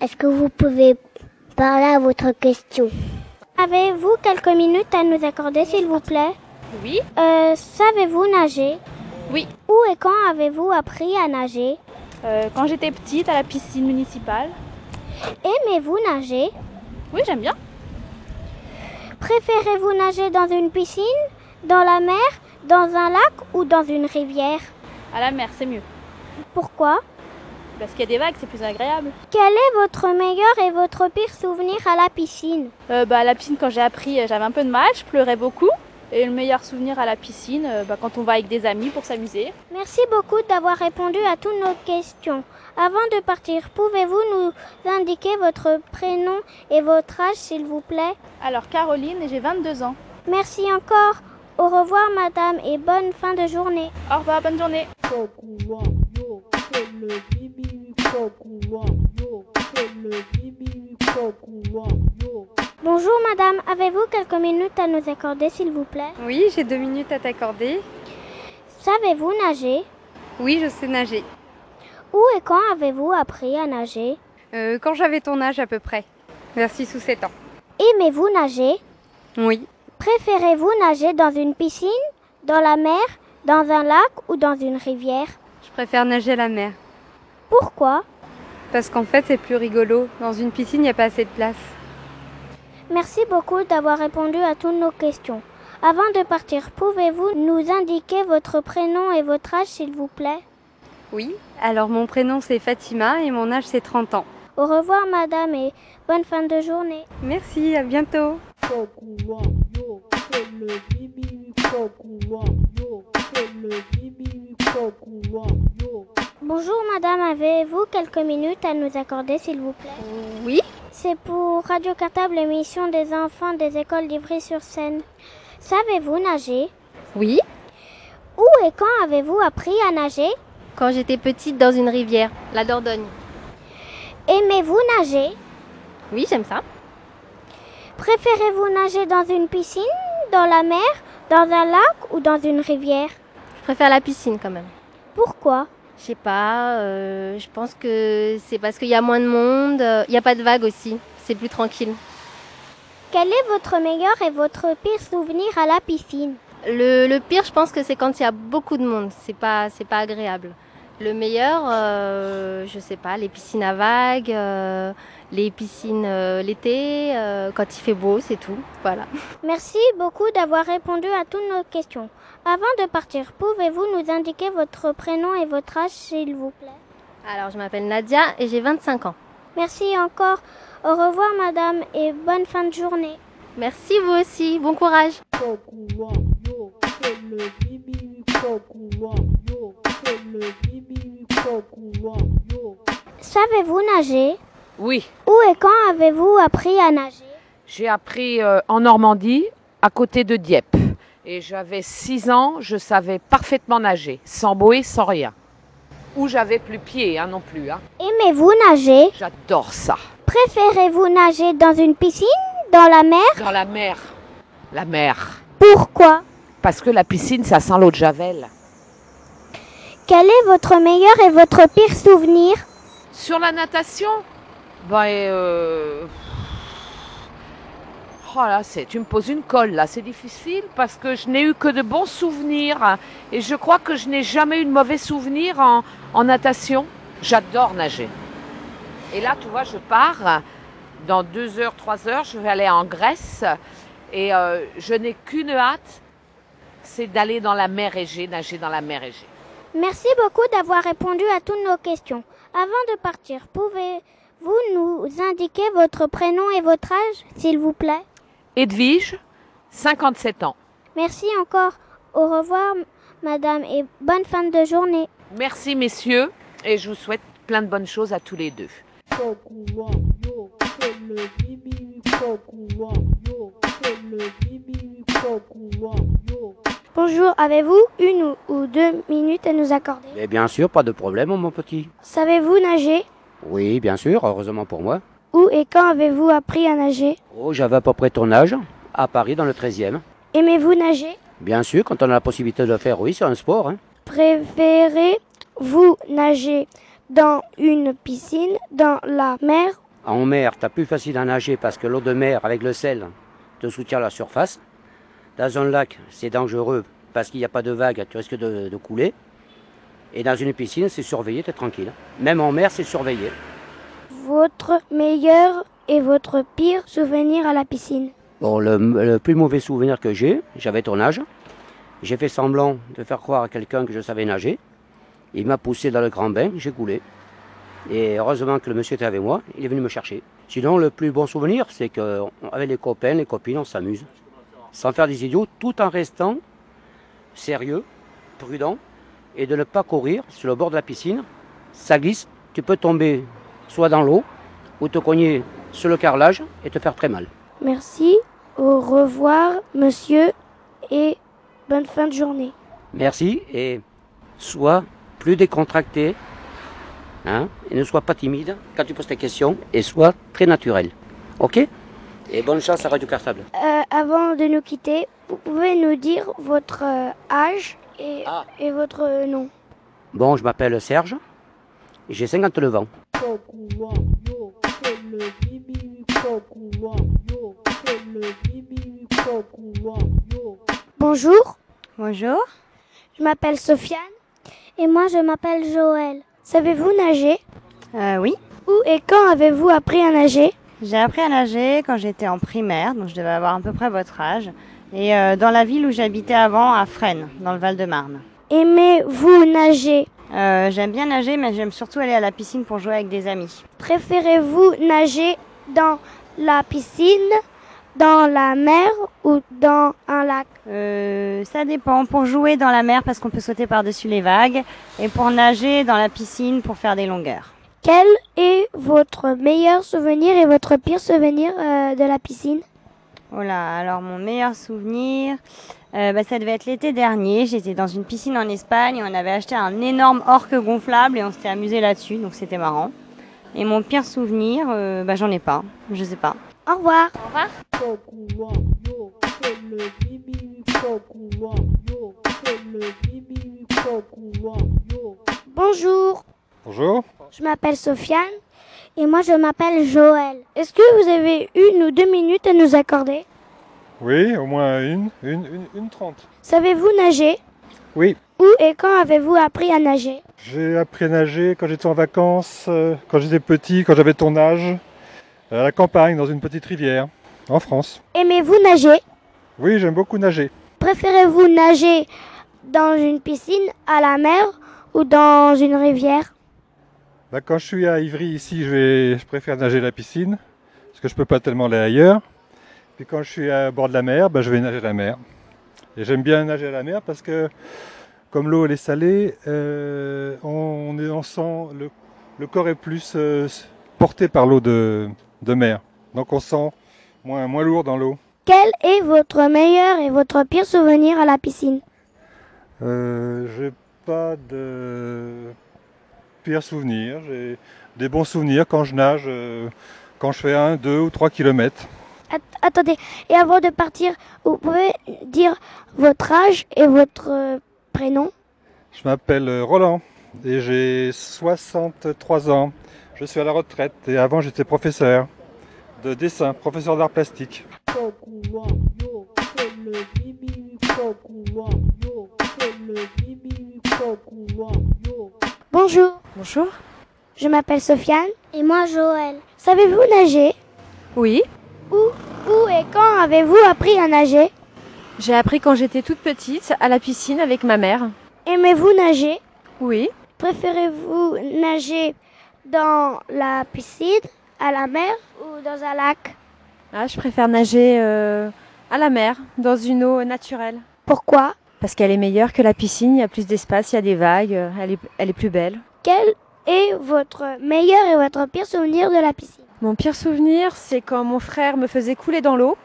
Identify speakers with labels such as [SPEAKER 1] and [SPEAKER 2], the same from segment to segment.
[SPEAKER 1] Est-ce que vous pouvez parler à votre question Avez-vous quelques minutes à nous accorder, s'il vous plaît
[SPEAKER 2] Oui,
[SPEAKER 1] Euh, Savez-vous nager
[SPEAKER 2] Oui.
[SPEAKER 1] Où et quand avez-vous appris à nager
[SPEAKER 2] euh, quand j'étais petite à la piscine municipale.
[SPEAKER 1] Aimez-vous nager
[SPEAKER 2] Oui, j'aime bien.
[SPEAKER 1] Préférez-vous nager dans une piscine, dans la mer, dans un lac ou dans une rivière
[SPEAKER 2] À la mer, c'est mieux.
[SPEAKER 1] Pourquoi
[SPEAKER 2] Parce qu'il y a des vagues, c'est plus agréable.
[SPEAKER 1] Quel est votre meilleur et votre pire souvenir à la piscine
[SPEAKER 2] Euh, bah, à la piscine, quand j'ai appris, euh, j'avais un peu de mal, je pleurais beaucoup. Et le meilleur souvenir à la piscine, euh, bah, quand on va avec des amis pour s'amuser.
[SPEAKER 1] Merci beaucoup d'avoir répondu à toutes nos questions. Avant de partir, pouvez-vous nous indiquer votre prénom et votre âge, s'il vous plaît
[SPEAKER 2] Alors, Caroline, j'ai 22 ans.
[SPEAKER 1] Merci encore. Au revoir, madame, et bonne fin de journée.
[SPEAKER 2] Au revoir, bonne journée.
[SPEAKER 1] Bonjour, madame. Avez-vous quelques minutes à nous accorder, s'il vous plaît
[SPEAKER 3] Oui, j'ai deux minutes à t'accorder.
[SPEAKER 1] Savez-vous nager
[SPEAKER 3] Oui, je sais nager.
[SPEAKER 1] Où et quand avez-vous appris à nager
[SPEAKER 3] Euh, quand j'avais ton âge à peu près, vers 6 ou 7 ans.
[SPEAKER 1] Aimez-vous nager
[SPEAKER 3] Oui.
[SPEAKER 1] Préférez-vous nager dans une piscine, dans la mer, dans un lac ou dans une rivière
[SPEAKER 3] Je préfère nager à la mer.
[SPEAKER 1] Pourquoi
[SPEAKER 3] Parce qu'en fait, c'est plus rigolo. Dans une piscine, il n'y a pas assez de place.
[SPEAKER 1] Merci beaucoup d'avoir répondu à toutes nos questions. Avant de partir, pouvez-vous nous indiquer votre prénom et votre âge, s'il vous plaît
[SPEAKER 3] Oui. Alors, mon prénom, c'est Fatima et mon âge, c'est 30 ans.
[SPEAKER 1] Au revoir, madame, et bonne fin de journée.
[SPEAKER 3] Merci, à bientôt.
[SPEAKER 1] Bonjour, madame, avez-vous quelques minutes à nous accorder, s'il vous plaît
[SPEAKER 3] Oui.
[SPEAKER 1] C'est pour Radio Cartable, l'émission des enfants des écoles d'Ivry-sur-Seine. Savez-vous nager
[SPEAKER 4] Oui,
[SPEAKER 1] Où et quand avez-vous appris à nager
[SPEAKER 4] quand j'étais petite dans une rivière, la Dordogne.
[SPEAKER 1] Aimez-vous nager
[SPEAKER 4] Oui, j'aime ça.
[SPEAKER 1] Préférez-vous nager dans une piscine, dans la mer, dans un lac ou dans une rivière
[SPEAKER 4] Je préfère la piscine quand même.
[SPEAKER 1] Pourquoi
[SPEAKER 4] Je sais pas, euh, je pense que c'est parce qu'il y a moins de monde, euh, il n'y a pas de vagues aussi, c'est plus tranquille.
[SPEAKER 1] Quel est votre meilleur et votre pire souvenir à la piscine
[SPEAKER 4] Le, le pire, je pense que c'est quand il y a beaucoup de monde, c'est pas, c'est pas agréable. Le meilleur, euh, je sais pas, les piscines à vagues, euh, les piscines euh, l'été, euh, quand il fait beau, c'est tout. Voilà.
[SPEAKER 1] Merci beaucoup d'avoir répondu à toutes nos questions. Avant de partir, pouvez-vous nous indiquer votre prénom et votre âge, s'il vous plaît
[SPEAKER 4] Alors, je m'appelle Nadia et j'ai 25 ans.
[SPEAKER 1] Merci encore. Au revoir, madame, et bonne fin de journée.
[SPEAKER 4] Merci vous aussi, bon courage.
[SPEAKER 1] Savez-vous nager
[SPEAKER 5] Oui,
[SPEAKER 1] Où et quand avez-vous appris à nager
[SPEAKER 5] j'ai appris euh, en Normandie, à côté de Dieppe. Et j'avais 6 ans, je savais parfaitement nager, sans bouée, sans rien. Ou j'avais plus pied hein, non plus. hein.
[SPEAKER 1] Aimez-vous nager
[SPEAKER 5] J'adore ça.
[SPEAKER 1] Préférez-vous nager dans une piscine, dans la mer
[SPEAKER 5] Dans la mer. La mer.
[SPEAKER 1] Pourquoi
[SPEAKER 5] Parce que la piscine, ça sent l'eau de Javel.
[SPEAKER 1] Quel est votre meilleur et votre pire souvenir
[SPEAKER 5] Sur la natation Bah, et, euh... Oh là, c'est... tu me poses une colle là, c'est difficile parce que je n'ai eu que de bons souvenirs hein, et je crois que je n'ai jamais eu de mauvais souvenirs en, en natation. J'adore nager. Et là, tu vois, je pars dans deux heures, trois heures, je vais aller en Grèce et euh, je n'ai qu'une hâte, c'est d'aller dans la mer Égée, nager dans la mer Égée.
[SPEAKER 1] Merci beaucoup d'avoir répondu à toutes nos questions. Avant de partir, pouvez-vous nous indiquer votre prénom et votre âge, s'il vous plaît
[SPEAKER 5] Edwige, 57 ans.
[SPEAKER 1] Merci encore. Au revoir, madame, et bonne fin de journée.
[SPEAKER 5] Merci messieurs et je vous souhaite plein de bonnes choses à tous les deux.
[SPEAKER 1] Bonjour, avez-vous une ou deux minutes à nous accorder
[SPEAKER 6] Mais bien sûr, pas de problème, mon petit.
[SPEAKER 1] Savez-vous nager
[SPEAKER 6] Oui, bien sûr, heureusement pour moi.
[SPEAKER 1] Où Où et quand avez-vous appris à nager
[SPEAKER 6] Oh, j'avais à peu près ton âge, à Paris, dans le 13e.
[SPEAKER 1] Aimez-vous nager
[SPEAKER 6] Bien sûr, quand on a la possibilité de le faire, oui, c'est un sport. hein.
[SPEAKER 1] Préférez-vous nager dans une piscine, dans la mer
[SPEAKER 6] En mer, t'as plus facile à nager parce que l'eau de mer, avec le sel, te soutient la surface. Dans un lac, c'est dangereux parce qu'il n'y a pas de vagues, tu risques de, de couler. Et dans une piscine, c'est surveillé, t'es tranquille. Même en mer, c'est surveillé.
[SPEAKER 1] Votre meilleur et votre pire souvenir à la piscine
[SPEAKER 6] Bon, le, le plus mauvais souvenir que j'ai, j'avais ton âge. J'ai fait semblant de faire croire à quelqu'un que je savais nager. Il m'a poussé dans le grand bain, j'ai coulé. Et heureusement que le monsieur était avec moi, il est venu me chercher. Sinon, le plus bon souvenir, c'est que on- avec les copains, les copines, on s'amuse. Sans faire des idiots, tout en restant sérieux, prudent, et de ne pas courir sur le bord de la piscine. Ça glisse, tu peux tomber soit dans l'eau, ou te cogner sur le carrelage et te faire très mal.
[SPEAKER 1] Merci, au revoir monsieur et bonne fin de journée.
[SPEAKER 6] Merci et sois plus décontracté hein, et ne sois pas timide quand tu poses tes questions et sois très naturel. Ok Et bonne chance à Radio Cartable.
[SPEAKER 1] Euh, avant de nous quitter, vous pouvez nous dire votre euh, âge et,
[SPEAKER 6] Ah.
[SPEAKER 1] et votre euh, nom.
[SPEAKER 6] Bon, je m'appelle Serge, j'ai 59 ans.
[SPEAKER 1] Bonjour,
[SPEAKER 3] Bonjour.
[SPEAKER 1] je m'appelle Sofiane. Et moi je m'appelle Joël. Savez-vous nager
[SPEAKER 7] Euh, oui,
[SPEAKER 1] Où et quand avez-vous appris à nager
[SPEAKER 7] j'ai appris à nager quand j'étais en primaire, donc je devais avoir à peu près votre âge, et euh, dans la ville où j'habitais avant, à Fresnes, dans le Val-de-Marne.
[SPEAKER 1] Aimez-vous nager
[SPEAKER 7] Euh, j'aime bien nager, mais j'aime surtout aller à la piscine pour jouer avec des amis.
[SPEAKER 1] Préférez-vous nager dans la piscine, dans la mer ou dans un lac
[SPEAKER 7] Euh, ça dépend, pour jouer dans la mer parce qu'on peut sauter par-dessus les vagues, et pour nager dans la piscine pour faire des longueurs.
[SPEAKER 1] Quel est votre meilleur souvenir et votre pire souvenir euh, de la piscine
[SPEAKER 7] Oh là, alors mon meilleur souvenir, euh, bah, ça devait être l'été dernier. J'étais dans une piscine en Espagne et on avait acheté un énorme orque gonflable et on s'était amusé là-dessus, donc c'était marrant. Et mon pire souvenir, euh, bah, j'en ai pas, je sais pas.
[SPEAKER 1] Au revoir.
[SPEAKER 2] Au revoir.
[SPEAKER 1] Bonjour,
[SPEAKER 8] Bonjour.
[SPEAKER 1] je m'appelle Sofiane et moi je m'appelle Joël. Est-ce que vous avez une ou deux minutes à nous accorder
[SPEAKER 8] Oui, au moins une, une, une, une trente.
[SPEAKER 1] Savez-vous nager
[SPEAKER 8] Oui.
[SPEAKER 1] Où et quand avez-vous appris à nager
[SPEAKER 8] J'ai appris à nager quand j'étais en vacances, euh, quand j'étais petit, quand j'avais ton âge, à la campagne, dans une petite rivière, en France.
[SPEAKER 1] Aimez-vous nager
[SPEAKER 8] Oui, j'aime beaucoup nager.
[SPEAKER 1] Préférez-vous nager dans une piscine, à la mer ou dans une rivière
[SPEAKER 8] Bah, quand je suis à Ivry, ici, je, vais, je préfère nager à la piscine, parce que je peux pas tellement aller ailleurs. Puis quand je suis à bord de la mer, bah, je vais nager à la mer. Et j'aime bien nager à la mer parce que, comme l'eau elle est salée, euh, on, on est on sent, le, le corps est plus euh, porté par l'eau de, de mer. Donc on sent moins, moins lourd dans l'eau.
[SPEAKER 1] Quel est votre meilleur et votre pire souvenir à la piscine
[SPEAKER 8] Euh, j'ai pas de pire souvenir. J'ai des bons souvenirs quand je nage, euh, quand je fais un, deux ou trois kilomètres.
[SPEAKER 1] At- Attendez, et avant de partir, vous pouvez dire votre âge et votre euh, prénom
[SPEAKER 8] Je m'appelle euh, Roland et j'ai 63 ans. Je suis à la retraite et avant j'étais professeur de dessin, professeur d'art plastique.
[SPEAKER 1] Bonjour,
[SPEAKER 3] Bonjour.
[SPEAKER 1] je m'appelle Sofiane. Et moi Joël. Savez-vous nager
[SPEAKER 3] Oui.
[SPEAKER 1] Où et quand avez-vous appris à nager
[SPEAKER 3] J'ai appris quand j'étais toute petite à la piscine avec ma mère.
[SPEAKER 1] Aimez-vous nager
[SPEAKER 3] Oui.
[SPEAKER 1] Préférez-vous nager dans la piscine, à la mer ou dans un lac
[SPEAKER 3] Ah, je préfère nager euh, à la mer, dans une eau naturelle.
[SPEAKER 1] Pourquoi
[SPEAKER 3] Parce qu'elle est meilleure que la piscine, il y a plus d'espace, il y a des vagues, euh, elle est, elle est plus belle.
[SPEAKER 1] Quel est votre meilleur et votre pire souvenir de la piscine
[SPEAKER 3] Mon pire souvenir, c'est quand mon frère me faisait couler dans l'eau.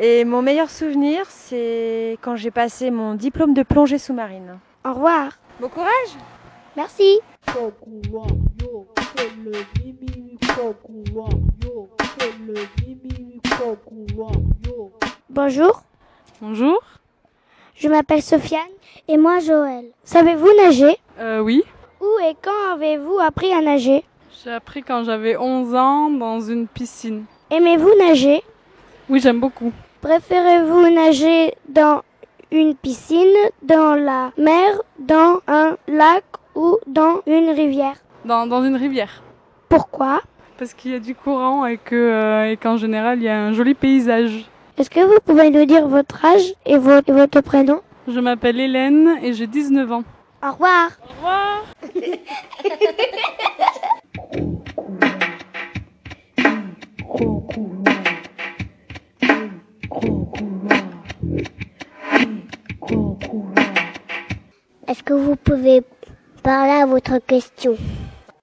[SPEAKER 3] Et mon meilleur souvenir, c'est quand j'ai passé mon diplôme de plongée sous-marine.
[SPEAKER 1] Au revoir.
[SPEAKER 3] Bon courage
[SPEAKER 1] Merci. Bonjour,
[SPEAKER 3] Bonjour.
[SPEAKER 1] je m'appelle Sofiane et moi Joël. Savez-vous nager
[SPEAKER 3] Euh, oui.
[SPEAKER 1] Où et quand avez-vous appris à nager
[SPEAKER 3] J'ai appris quand j'avais 11 ans dans une piscine.
[SPEAKER 1] Aimez-vous nager
[SPEAKER 3] Oui, j'aime beaucoup.
[SPEAKER 1] Préférez-vous nager dans une piscine, dans la mer, dans un lac ou dans une rivière
[SPEAKER 3] Dans, dans une rivière.
[SPEAKER 1] Pourquoi
[SPEAKER 3] Parce qu'il y a du courant et que euh, et qu'en général, il y a un joli paysage.
[SPEAKER 1] Est-ce que vous pouvez nous dire votre âge et vo- et votre prénom
[SPEAKER 3] Je m'appelle Hélène et j'ai 19 ans.
[SPEAKER 1] Au revoir
[SPEAKER 3] Au revoir.
[SPEAKER 1] Est-ce que vous pouvez parler à votre question